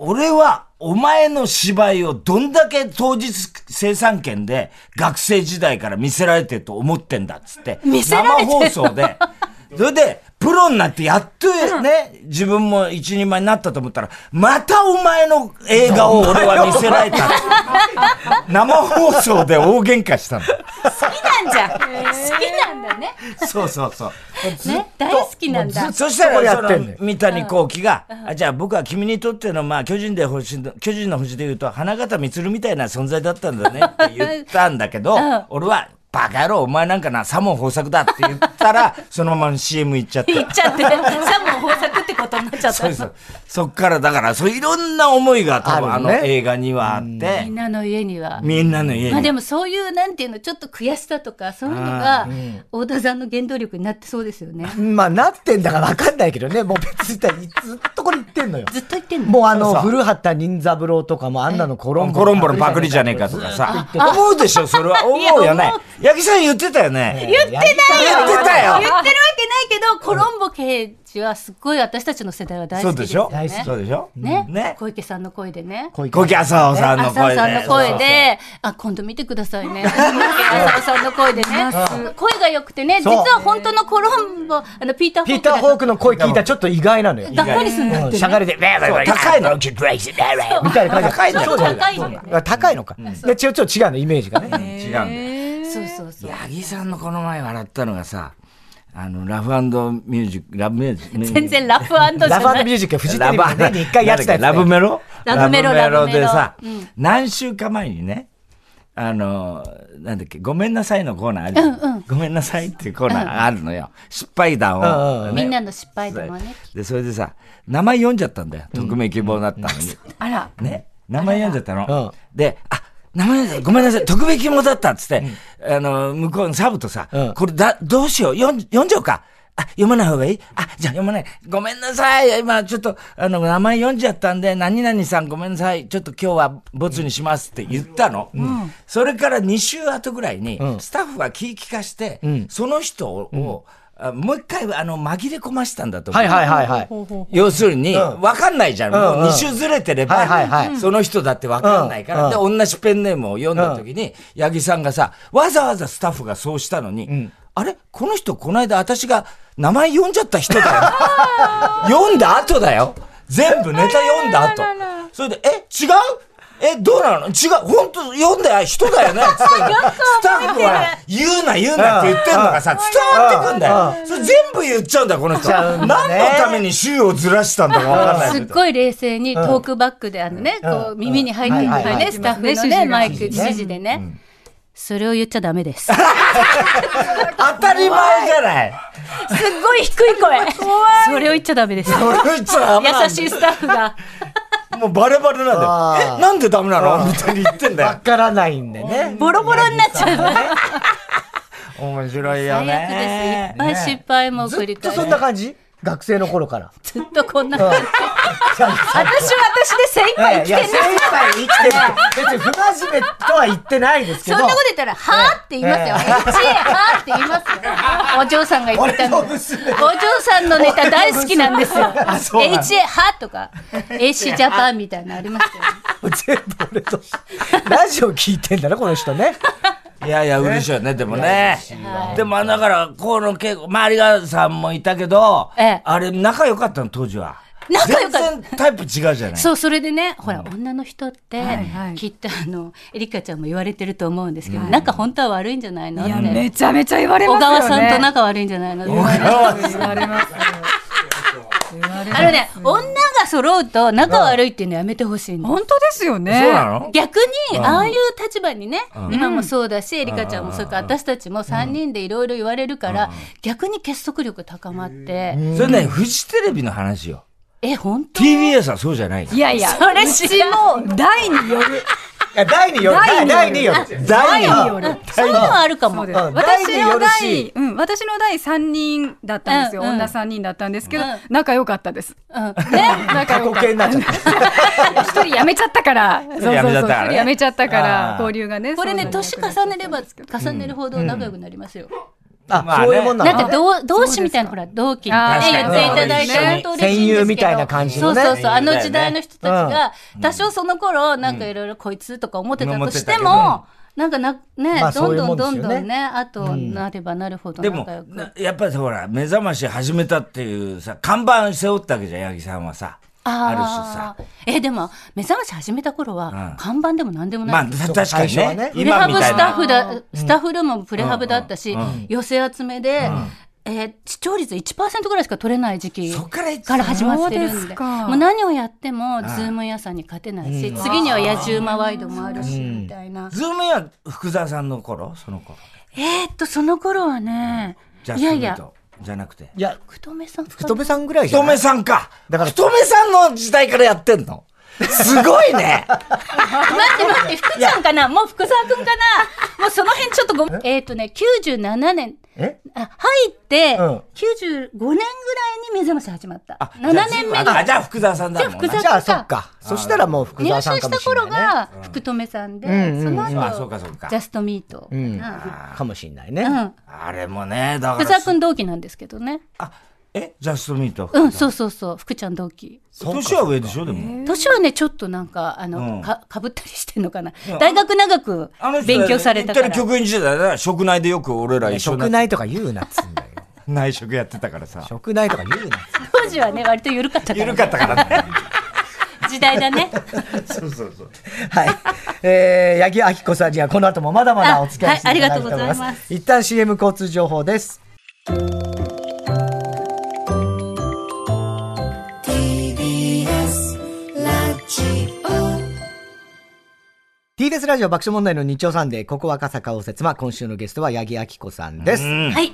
A: 俺はお前の芝居をどんだけ当日生産権で学生時代から見せられてると思ってんだっつって、
C: 見せられて
A: 生
C: んの
A: 放送で、それで、プロになってやっとね、自分も一人前になったと思ったら、またお前の映画を俺は見せられた。生放送で大喧嘩したの。
C: 好きなんじゃん。好きなんだね。
A: そうそうそう。
C: ね、大好きな んだ。
A: そした
B: そこ
A: ら、
B: や
A: そ
B: ってん
A: の
B: ねん、
A: 三谷幸喜が、あじゃあ僕は君にとっての、まあ、巨人で星の、巨人の星で言うと、花形満みたいな存在だったんだねって言ったんだけど、俺は、バカ野郎、お前なんかな、サモン豊作だって言った ら、そのまま CM 行っちゃって。
C: 言っちゃって、サモン豊作ってことになっちゃっ
A: そう
C: た。
A: そう。そっから、だから、そういろんな思いが多分、あ
B: あるね
A: の映画にはあっ
C: み
A: て
C: ん、なの家には。
A: みんなの家
C: まあ
A: に
C: で。もそういうなんていうのちょっと悔しさとかそういうのが太田さんの原動力になってそうですよね。
B: まあ、なってんだからわかんないけどね。もう別に言ったらずっとこれ言ってんのよ。
C: ずっと言ってんの。
B: もうあの、
A: そうそう
B: 古畑任三郎とかもあんなのコロンボ。
A: コロンボのパクリじゃねえかとかさ、思うでしょ、それは。思うよ
C: い
A: ね
C: や思。
A: 八木さん言ってたよね。
B: 言ってない
A: 言ってたよ
C: 言ってるわけないけどコロンボ刑事はすっごい私たちの世代は大
A: そ
C: 好
A: う
C: き
A: で
C: です
A: しょ
C: よね。
A: そうでしょ
C: ね
A: ね
C: 小池さんの声でね。
B: 小
A: 小木浅尾さんの
C: 浅
A: 声
C: 尾
A: で。
C: さんの声で、あ、今度見てくださいね。浅尾さんの声でね。声が良くてね、実
B: そう
C: は本当のコロンボ、あの、ピーター・ホ
B: ピ
C: ー
B: ー
C: ク
B: ター・ホー
C: が
B: クの声聞いたらちょっと意外なのよ。
C: がっかりするんだっ
B: うん
C: て
B: しゃ
C: ね。
B: がれて、
A: そう高いの
B: みたいな
A: 高
B: 感
A: い
B: じ
A: の
B: で。
A: よ
B: そうだよ
C: 高いのよね。
B: 高いのか。で、ちょ、ちょ、違うの、イメージがね。
A: 違うんだよ。
C: そうそうそう。
A: 八木さんのこの前笑ったのがさ、あの、ラフミュージック、ラブミュージック。
C: 全然ラフアンドじゃ
B: ラバ
C: な
B: ーミュ
C: い。
B: ージックはフジテレビで年に一回やってたやつね。
A: ラブメロ
C: ラブメロ
A: ラブメ
C: ラブメ
A: ロで
C: ロ
A: さ
C: うん、
A: 何週か前にね、あの、なんだっけ、ごめんなさいのコーナーあるじゃんごめんなさいっていうコーナーあるのよ。失敗談
B: うんうん
A: を。
B: うん
A: ね
C: みんなの失敗談はね。
A: で、それでさ、名前読んじゃったんだよ。匿名希望だったのに。
C: あら。
A: ね、名前読んじゃったの。
B: う
A: で、あ、名前読んじゃったごめんなさい、特別希望だったっつって、あの、向こうのサブとさ、
B: うん
A: これだ、どうしよう、読ん読んじゃおうか。あ、読まない方がいいあ、じゃあ読まない。ごめんなさい。今、ちょっと、あの、名前読んじゃったんで、何々さんごめんなさい。ちょっと今日はボツにしますって言ったの。それから2週後ぐらいに、スタッフが聞き聞かして、その人を、あもう一回、あの、紛れ込ましたんだと思う。
B: はいはいはいはい。
A: 要するに、わかんないじゃん。もう
B: うんうん
A: 2週ずれてれ
B: はいはい
A: ば
B: は、い
A: その人だってわかんないから。で、
B: う
A: 同じペンネームを読んだ時に、八木さんがさ、わざわざスタッフがそうしたのに、あれこの人、この間私が名前読んじゃった人だよ。 読んだ後だよ。全部ネタ読んだ後。それで、え、違うえ、どうなの違う本当読んだ人だよ ねつってスタッフは言うな言うなって言ってんのがさ、伝わってくんだよ。それ全部言っちゃうんだよ、この人。
B: 言っちゃう
A: 何
B: ん
A: の
B: だね
A: ために週をずらしたんだかわかんない
C: す
A: け
C: っ
A: ど。
C: ごい冷静にトークバックであのね、こう耳に入ってく
B: はい
C: る
B: はいは
C: ね、
B: い
C: スタッフの
D: 指示
C: ね、
D: が
C: マイク指示でね。それを言っちゃダ メです。すっ
A: 当たり前じゃない。
C: ごい低い声。それを言っちゃダメです。
A: これ言っちゃダメなんだ
C: 優しいスタッフが。
A: もうバレバレなんだよ
B: あ。ー
A: え、なんでダメなのみたいに言ってんだ
B: わ
A: よ。
B: からないんでね。
C: ボロボロになっちゃう。
A: 面白いよ
C: 最悪です。い
A: ね
C: っ。ぱい失敗も繰り
B: ずっと
C: 返し
B: そんな感じ学生の頃から。
C: ずっとこんな感じ。私は私で精一杯生き
B: いや、
C: て
B: 精
C: ん
B: 一
C: の
B: 杯生きてる。別に不真面目とは言ってないですけ
C: そ
B: ど。
C: んなこと言ったら、はぁって言いますよ。
B: え
C: 一、はぁって言いますよ。お嬢さんが言ってたの。お
B: 俺の
C: 嬢
B: 娘
C: さんのネタ大好きなんですよ。
B: あそうなの
C: HA はぁとか、AC ジャパンみたいなのありますよね。
B: 全部俺と。ラジオ聞いてんだな、この人ね。
A: いやいや、嬉しいよね、でもね。でも、だから、河野恵子、周りがさんもいたけど、
C: ええ
A: あれ、仲良かったの、当時は。
C: 仲良かった
A: 全然タイプ違うじゃない。
C: そう、それでね、ほら、女の人って、
D: はい
C: きっとあの、エリカちゃんも言われてると思うんですけど、仲本当は悪いんじゃないのっ
D: い
C: て。
D: や、めちゃめちゃ言われ
C: 小
D: ますよね。
C: 川さんと仲悪いんじゃないのって言われて
D: 言われます。
C: あのね、女が揃うと仲悪いっていうのやめてほしいの。
D: 本当ですよね。
A: そうなの
C: 逆に、ああいう立場にね、今もそうだし、エリカちゃんもそうか、私たちも3人でいろいろ言われるから、逆に結束力高まって、
A: それね、フジテレビの話よ。
C: え、本当
A: TBS はそうじゃない。
D: いやいや、
C: それ
D: う
C: 知
D: ち
C: らん
D: も台による。
B: いや、第二よる。第二よる。
D: 台によ
B: る。
D: る。
C: そういうのはあるかも。
D: そうです
B: うん
D: 私
B: 台によ
D: を
B: るし
D: 台、うん、私の代3人だったんですよ、
C: うんうん
D: 女3人だったんですけど、
C: うん
D: 仲良かったです
C: うんね。
D: 仲良か
B: 過
D: っ
B: 去形にな
D: た
B: っちゃっ
D: 一人辞めちゃったからそうそうそう
A: 辞めちゃったからね
D: 一人辞めちゃったか
B: あ
D: ら
B: ー
D: 交流がね
C: これね、
D: そうそ
C: 年
D: う
C: 重ねれば重ねるほど仲良くなりますよ。
B: あ、
A: まあね
B: そういうもんなの
C: だって同同志みたいなほら同期って
D: あ
A: ー
C: ね言っていただいて
A: 確かに
C: 本当嬉しいんですけど
B: 戦友みたいな感じのね
C: そうそうそうあの時代の人たち
B: うん
C: が多少その頃なんかいろいろこいつとか思ってたとして
A: うん思
C: もなんかなね
B: まあ
C: ど
B: そう
C: ん
B: いう
C: ど
B: もん
C: んどん
B: ですよね
C: どんねあとなればなるほど
A: でも
C: 仲良く、
A: なやっぱりほら、目覚まし始めたっていうさ、看板背負ったわけじゃん、八木さんはさ。ある種さ
C: あ。ーえでも目覚まし始めた頃
A: うん
C: は看板でも何でも
A: ま
C: な
A: あ、
C: いですよ
A: た確かに
B: 最初は
A: ね
B: ね。
C: プレハブスタッフ
D: う
C: だ、スタッフルームもプレハブだったし、
A: うんうん
C: 寄せ集めで、えー視聴率1%ぐらいしか取れない時期
A: そっから一
C: から始まってる
D: そうんで
C: で、
D: すか
C: もう何をやっても、ズーム屋さんに勝てないし、次には野獣馬ワイドもあるし、みたいな。
A: ズームや福沢さんの頃その頃。
C: えーっと、その頃はね、
A: ジャ
C: い
A: ス
C: や
A: トミ
C: い
A: ー
C: や、
A: トじゃなくて。
B: いや、
C: 福留さんか
B: 太めさんぐらいじゃ
A: 太
B: ない
A: めさんか。だ
B: だ
A: か。
B: から
A: 太
B: ら
A: めさんの時代からやってんの。すごい ね。
C: 待って待って、福ちゃんかなもう福沢くんかなもうその辺ちょっとごめん。えーっとね、97年。
B: え
C: あ入って、
B: うん
C: 95年ぐらいに目覚まし始まった。7年目に。
A: あ、じゃあ福沢さんだもんな
C: じゃあ福沢
B: じゃあ、そっか。そしたらもう福
C: 入
B: 沢
C: 社
B: さん
C: し
B: か
C: た
B: もしれ
C: 頃
B: な
C: が福留さんで、
B: ん
C: その
A: あそう
C: 後
A: かそうか
C: ジャストミート、うん
B: んいね。かもしれないね。
C: うん
A: あれもね、だか
C: 福
A: ら
C: 沢。君同期なんですけどね
A: あ、えジャストミート。
C: うんそうそうそう福ちゃん同期
A: 年は上でしょ、でも。
C: 年はねちょっとなんかあの、
A: うん
C: かかぶったりしてんのかな、大学長く勉強されたから
A: 本当に局員時代だね。職内でよく俺ら一緒にな
B: 食
A: って
B: 内とか言うなっつうんだよ。
A: 内職やってたからさ。
B: 食内とか言うなっつう
C: 当時はね割と緩かったから
A: 緩かったから ね。
C: 時代だね
A: そうそうそう。
B: はい。えー、八木亜希子さんにはこの後もまだまだお付き合いしていただきたいと思いま
C: あはいありがと
B: す。
C: うございます
B: 一旦 CM 交通情報です。TBS ラジオ爆笑問題の日曜サンデー、ここは赤坂応接間、今週のゲストは八木亜希子さんです。
C: はい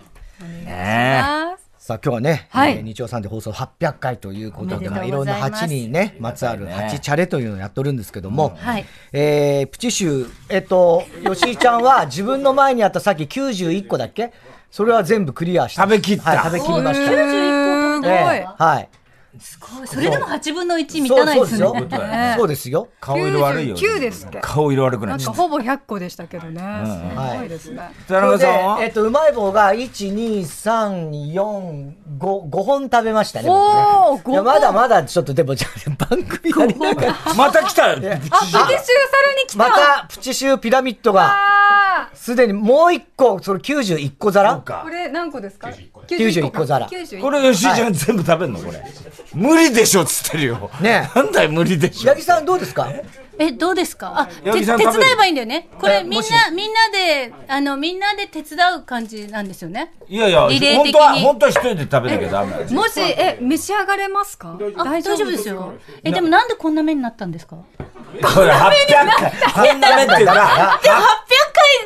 A: ね
D: あ
B: さあ今日はね、
D: は
B: え
D: い
B: ー日曜サンデー放送800回ということ
C: お
B: で、
C: めでとうござい
B: ま
C: ます
B: あ、いろんな8にね、まつわる8チャレというのをやっとるんですけども、
C: はい
B: えープチシュー、えっと、吉井ちゃんは自分の前にあったさっき91個だっけそれは全部クリアして。
A: 食べきった
B: はい、食べきりまし
D: ー
B: た。
D: すごい、
B: えーはい。
C: すごいそれでも8分の1満たないですね
B: そうそうですよ。そうですよ。
A: え。顔色悪いよ。
D: 99ですって
A: 顔色悪くな
D: な
A: っ
D: ん
A: ちゃ
D: か
A: った。
D: ほぼ100個でしたけどね、すごいですね、
A: 田中さん
B: それでえっ
A: は
B: と、うまい棒が1、2、3、4、5、5本食べましたね。僕ね
D: おー5
B: いやまだまだちょっとでも、じゃあ番組やりながら、
A: また来たよ。
D: あ、プチシューさらに来た
B: またプチシューピラミッドが。
D: あ
B: すでにもう一個、その91個皿
D: ーこれ何個ですか
B: 91個皿
D: 91
A: これ吉井ちゃん全部食べんのこれ。無理でしょっつってるよ。
B: ねえ
A: なんだよ無理でしょ
B: 八。木さんどうですか
C: え、どうですかあ、て
A: 八木
C: 手
A: さ
C: 伝
A: ん食べる
C: えばいいんだよね。これ
B: え
C: みん
B: もし
C: な、みんなで、あの、みんなで手伝う感じなんですよね。
A: いやいや、
C: リレー
A: 本
C: 的に
A: 当は、本当は一人で食べなきゃダメ。
D: もし、え、召し上がれますか
C: あ、大丈夫ですよ。え、でもなんでこんな目になったんですか
A: これ800回。こんな目っていうか、
C: でも800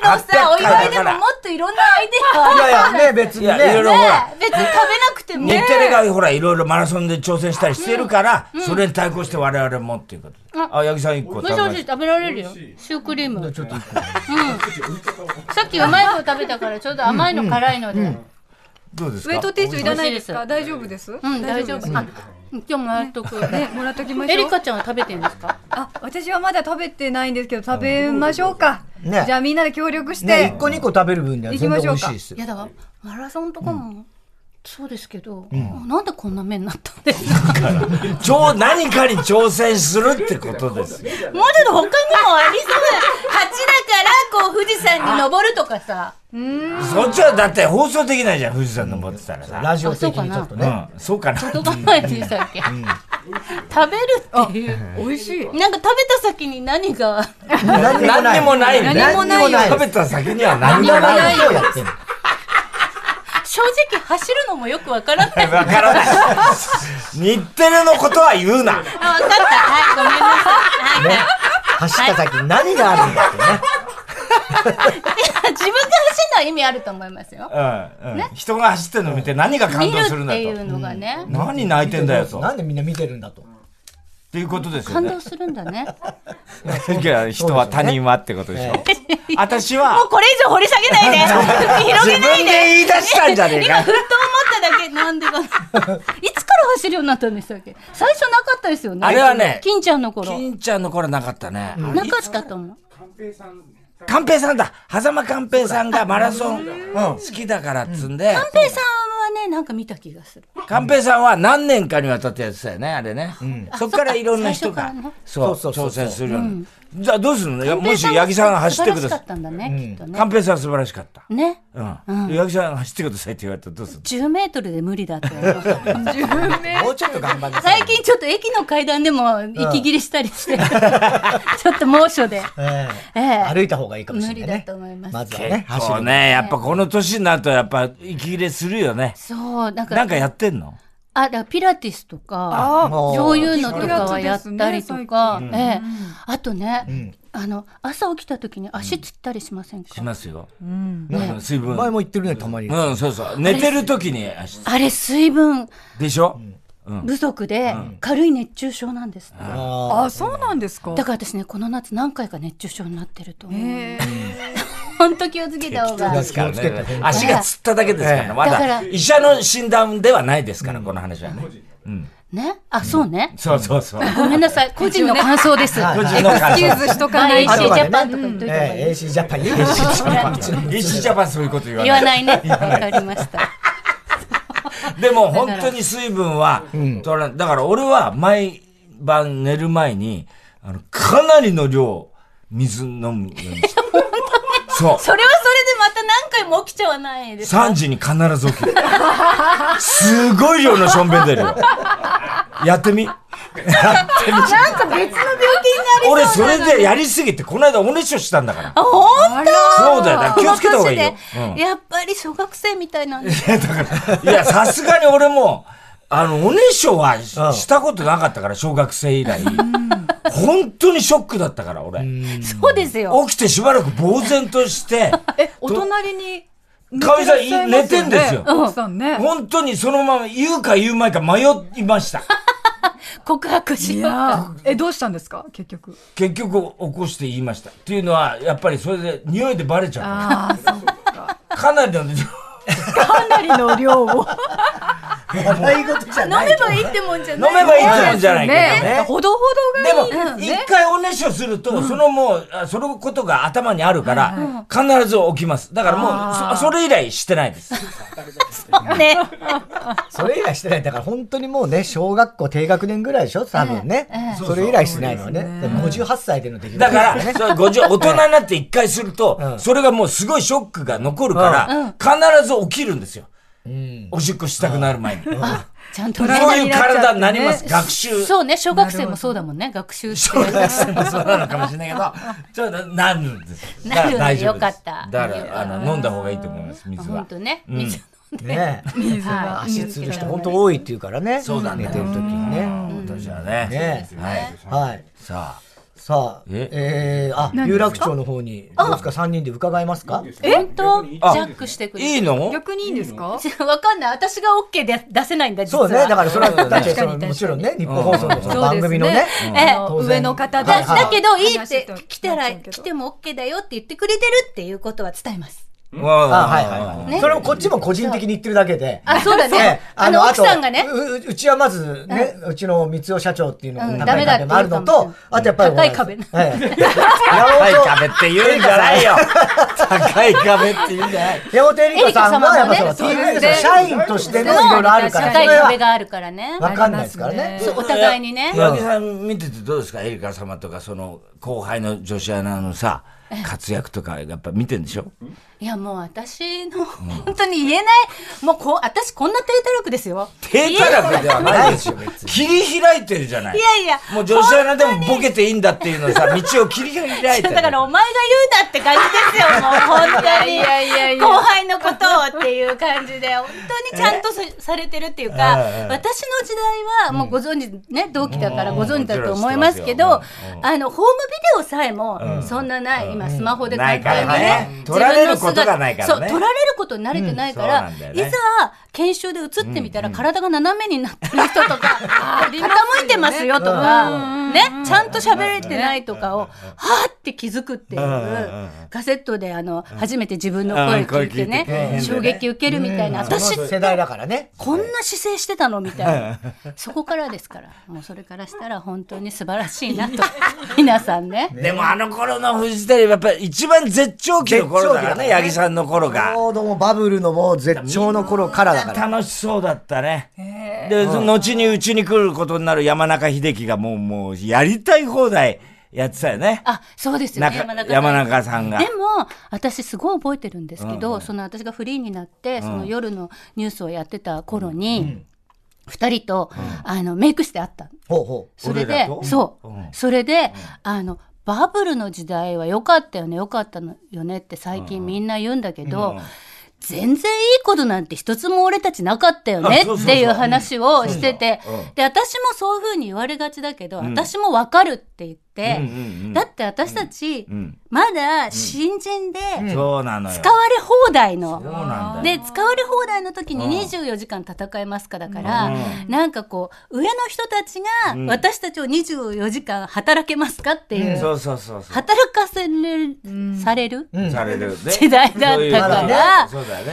C: 回のさ、
A: 800
C: お祝い
A: 回だ
C: で
A: か
C: も
A: ら
C: もっといろんなアイデ
B: いや
C: ア
B: いや、ね、別
A: い
B: にね。
A: や、いろいろほ
C: あ
A: ら
C: っ、て、別に食べなくても。
A: 日テレがほら、いろいろマラソンで挑戦したりしてるから、それに対抗して我々もっていうことで。あ、八木さん一個食
C: 美
A: べ
C: 味しい美
A: まし
C: 味しい食べられるよ。シュークリーム。うん。さっきうまい棒食べたから、ちょうど甘いの辛いので。
A: どうです
D: ウェ
A: か
D: イトティッシュいらないですか大丈夫ですう
C: うん、大丈夫。あ、今日もらっとく。
D: ね、もらっときましょう
C: エリカちゃんは食べてんですか
D: あ、私はまだ食べてないんですけど食べましょうかじ
B: ね
D: ゃあみんなで協力し
B: ね、
D: て
B: 1個2個食べる分には全然美味しいです
C: い。やだからマラソンとかもそうですけど、あなんでこんな目になったんですかもうちょっ
A: ちょ何かに挑戦するってことですよ。
C: と他にもありそうだ蜂だからこう富士山に登るとかさ
A: そっちはだって放送できないじゃん、富士山登ってたらさ。
B: ラジオ的にちょっとね。
A: うん、そうかな。
C: どこ前でしたっけ、食べるっていう
D: 美味しい
C: なんか食べた先に何が
B: 何
A: 何にもないね。
D: 何もないよ
A: 食べた先には何も
B: 何にも
A: ない。
B: ないよ。やってんの
C: 正直走るのもよくわか らない
A: わからない。日テレのことは言うな。
C: あ分かったはい ごめんなさい、はい
B: 走った先に何があるんだってね。
C: いや自分が走るのは意味あると思いますよ
A: うん、うん。人が走ってるの見て何が感
C: 見る
A: 動するん
C: っ
A: だ
C: てい
A: と。
C: うのがね、
A: 何泣いてんだよと。
B: なんでみんな見てるんだと。
A: っていうことですよ
C: 感
A: ね。
C: 動するんだね。
A: いや人は他人はってことでしょ。私
C: もう
A: は、
C: これ以上掘り下げないで広げ
A: 自
C: な
A: 分
C: い
A: で
C: で
A: 言い出したんじゃねえ
C: 今
A: か
C: ふ。っと思っただけなんで かないつから走るようになったんでしたっけ最初なかったですよね
A: あれはね
C: 金ちゃんの頃
A: 金ちゃんの頃なかったね。
C: なかったと思う
A: 寛平さんだ狭間寛平さんがマラソン好きだからっつんで、
C: 寛平さんはねなんか見た気がする
A: 寛平さんは何年かにわたってやってたよね、あれね。そっからいろんな人が
C: 最初からね、
A: そう、
B: そうそうそう
A: 挑戦するように。じゃあどうするのいやもし八木さんが走ってくださ
C: い素晴らしかったんだね、きっと
A: い。
C: ね
A: 寛平さん素晴らしかった。
C: ね
A: うん。八木さんが走ってくださいって言われたらどうする
C: 10メートルで無理だと思う
D: 10名
B: もうちょっと頑張んなさい。
C: 最近ちょっと駅の階段でも息切れしたりして、ちょっと猛暑で、
B: え
C: え
B: え
C: え
B: 歩いた方がいいかもしれない、ね。
C: 無理だと思います
B: まずはね、
A: の
B: 走
A: そう
B: る。
A: ね、やっぱこの年になるとやっぱ息切れするよね。
C: そうなんか
A: なんかやってんの
C: あだからピラティスとか
D: あ
B: も
C: そういうのとかはやっ
D: ピ
C: た
D: ラテ
C: り
D: ィス
C: と
D: ね
C: か、
D: 最
C: ええ、あとね、あの朝起きた時に足つったりしませんか、
A: しますよ。うん。水分。
B: 前も言ってるね、たまに。
A: うん、そうそう。寝てる時に、あし
C: あれ水分
A: でしょ
C: 不足で軽い熱中症なんですって、
B: あ
D: あそうなんですか
C: だから私ねこの夏何回か熱中症になってると思う、
D: へー
C: 本当気をつけた方が
B: だからね
A: 気をつけて足がつっただけですからね。ま
C: だか
A: だ
C: ら
A: 医者の診断ではないですから、この話はね。
C: ねあそうね、
A: そうそう そう。
C: ごめんなさい個人の感想です、
A: 個
C: は
A: 人の感
D: チ
A: 想
D: ュー。ズしとかない
C: い、
D: と
C: AC ジ
B: あ
C: ャパンとか言っといた方がいい、
B: ええ AC ジャ パン、AC ジャパン。
A: AC ジャパンそういうこと言わ
C: 言わ
A: ない。
C: ないねわかりました
A: でも本当に水分は、取らだから俺は毎晩寝る前に、あの、かなりの量、水飲むようにし て。そう。
C: それはそれでまた何回も起きちゃわないですか
A: 3時に必ず起きる。すごい量のしょんべん出るよ。やって み。
C: なんか別の病気になりそう
A: 俺それでやりすぎて、この間おねしょしたんだから。
C: あ本当
A: そうだよな。気をつけた方がいいよ
C: こ。の年でやっぱり小学生みたいなんです
A: うんいや、さすがに俺も、あの、おねしょはししたことなかったから、小学生以来。本当にショックだったから、俺。
C: そうですよ。
A: 起きてしばらく呆然として、
D: えお隣に
A: かみさんい寝てんですよ
D: 奥さんね
A: 本当にそのまま言うか言うまいか迷いました。
C: 告白し
D: い
C: よう。
D: やーえどうしたんですか結局
A: 結局起こして言いました。っていうのは、やっぱりそれで匂いでバレちゃうか
D: ああそう
A: ら。かなりの、
D: かなりの量を
B: 笑い事じゃ
C: 飲
B: ない
C: め。ばいいってもんじゃ
A: 飲
C: ない。
A: めばいいってもんじゃないけどね。
D: ねほどほ
A: で
D: どがいい
A: も、一回おねしょすると、そのもう、あそのことが頭にあるから、必ず起きます。だからもう、そそれ以来してないです。
C: ね。
B: それ以来してない。だから本当にもうね、小学校低学年ぐらいでしょ多分ね。それ以来してないのね。でも58歳での出来事
A: だ から、
B: ね。
A: そう50大人になって一回すると、
B: ん
A: それがもうすごいショックが残るから、必ず起きるんですよ。おしっこしたくなる前に。 そ
C: ちゃんと
D: ん
C: ね。
A: ういう体になります。
D: ね
A: 学習。
C: そうね、小学生もそうだもんね、学習して。
A: そうなのかもしれないけど、 ちょっとなるんですよ。
C: なるん
A: だから
C: で
A: 大丈夫
C: よか
A: で
C: っ
A: す
C: た
A: だから、あの、飲んだ方がいいと思います、水
C: 本
A: は。
C: 当ね、水
B: ね
D: 水
C: は
D: が
C: い
B: 足つる人本当多いっていうからね。
A: そうなんだ
B: 寝
A: よ
B: てる時にね。
A: 今年はね。
B: ね
A: はい。
B: はい。
A: さあ。
B: さあ、
A: え
B: えー、あ、有楽町の方に、どうですか3人で伺いますか
C: 本当ジャックしてくれる。
A: いいの
D: 逆にいいんですか
C: わかんない。私が OK で出せないんだ、実
B: そ
C: は。
B: うね、だからそれは、だって
D: 確か
B: その
D: に確かに
B: もちろんね、日本放送のその番組の
D: そう
B: ね
D: です、
C: ええ
D: あの上の方で
B: はい
C: だ
B: はい
C: だけど、いいって
D: 話と、
C: 来たら、
D: なっちゃうけど
C: 来ても OK だよって言ってくれてるっていうことは伝えます。
A: うんあ
B: あはいはいはい。
C: ね
B: それもこっちも個人的に言ってるだけで。
C: あ、そうだ
B: ええ
C: ね。あの、
B: と
C: 奥さんがね。
B: うううちはまずね、うちの三尾社長っていうのが
C: うん
B: 高い壁もあるの
C: ダメだって言うかも
B: と、あとやっぱり。
C: 高い壁
B: え
C: な
B: え
A: 高い
B: 山
A: 壁って言うんじゃないよ。高い壁って言うんじゃない。
B: 本、山本エリカさんはやっぱその
C: エリカ様
B: TBS
D: ね
B: の社員としてのいろいろあるから、そ
C: 高い
B: れ
C: 壁
B: は
C: があるからね。
B: わかんないですからね。
C: そうお互いにね
A: 八木さん見ててどうですかエリカ様とか、その後輩の女子アナのさ、活躍とか、やっぱ見てんでしょ
C: いやもう私の本当に言えない、もうこう私こんな低たらくですよ。
A: 低たらくではないですよ、別に切り開いてるじゃない。
C: いやいや、
A: もう女子アナでもボケていいんだっていうのさ、道を切り開いてる。
C: だからお前が言うなって感じですよ、もう本当に。後輩のことをっていう感じで、本当にちゃんとさされてるっていうか、私の時代はもうご存知、ね、同期だからご存知だと思いますけ
A: うんも
C: ど、あの、ホームビデオさえもそんなない、今スマホで簡単にね。
A: 取られることがないから
C: そう、取られることに慣れてないから、いざ研修で移ってみたら体が斜めになってる人とか、 傾いてますよとか、ね、ちゃんと喋れてないとかを、はーって気づくっていう、カセットであの、初めて自分の声聞いてね、衝撃受けるみたいな。私
B: 世代だからね。
C: こんな姿勢してたのみたいな。そこからですから。もうそれからしたら本当に素晴らしいなと。皆さんね。
A: でもあの頃のフジテレビやっぱり一番絶頂期の頃だからね、八木さんの頃が。。
B: ちょうどもバブルのもう絶頂の頃からだから
A: 楽しそうだったね。で、その後にうちに来ることになる山中秀樹がもうもうやりたい放題。やってたよね。
C: あ、そうですよね。
A: 山中さんが。
C: でも、私すごい覚えてるんですけど、その私がフリーになって、その夜のニュースをやってた頃に、二人と、あの、メイクして会った。それで、そう。それで、あの、バブルの時代は良かったよね、良かったのよねって最近みんな言うんだけど、全然いいことなんて一つも俺たちなかったよねっていう話をしてて、で、私もそういうふうに言われがちだけど、私もわかるって言って、だって私たち、まだ新人で、使われ放題の、で、使われ放題の時に24時間戦いますかだから、なんかこう、上の人たちが、私たちを24時間働けますかっていう、働かせされる時代だったから、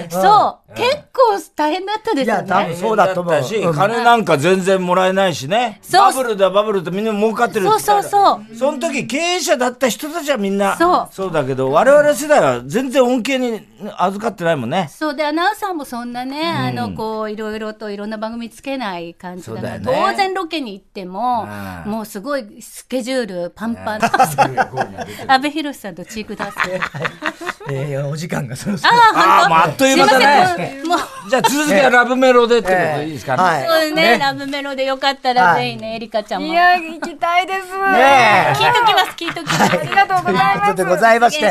C: そう、結構大変だったですよね。いや、
B: 多分そうだと思う
A: し、金なんか全然もらえないしね。バブルだ、バブルってみんな儲かってる
C: そうそうそう。
A: その時経営者だった人たちはみんな、そう。そうだけど、我々世代は全然恩恵に預かってないもんね。
C: そうで、アナウンサーもそんなね、うん、あの、こう、いろいろといろんな番組つけない感じだから、ね、当然ロケに行っても、もうすごいスケジュールパンパン。安倍博さんとチークダンス。
B: えー、お時間がそろそ
C: ろ。あ
A: あ、もうあっという間だね。じゃあ続きはラブメロでってことでいいですか
C: ね。そうね、ラブメロでよかったらぜひね、エリカちゃんも。
D: いや、行きたいです。
C: 聞いときます、聞いときます。あ
D: りがとうございま
B: とい
D: す。
B: うことでございまして。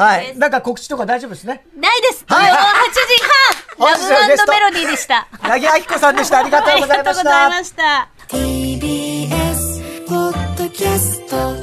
C: はい。
B: なんか告知とか大丈夫ですね。
C: ないです。はい。8時半、ラブメロディーでした。
B: 八木亜希子さんでした。ありがとうございました。
C: TBS ポッドキャスト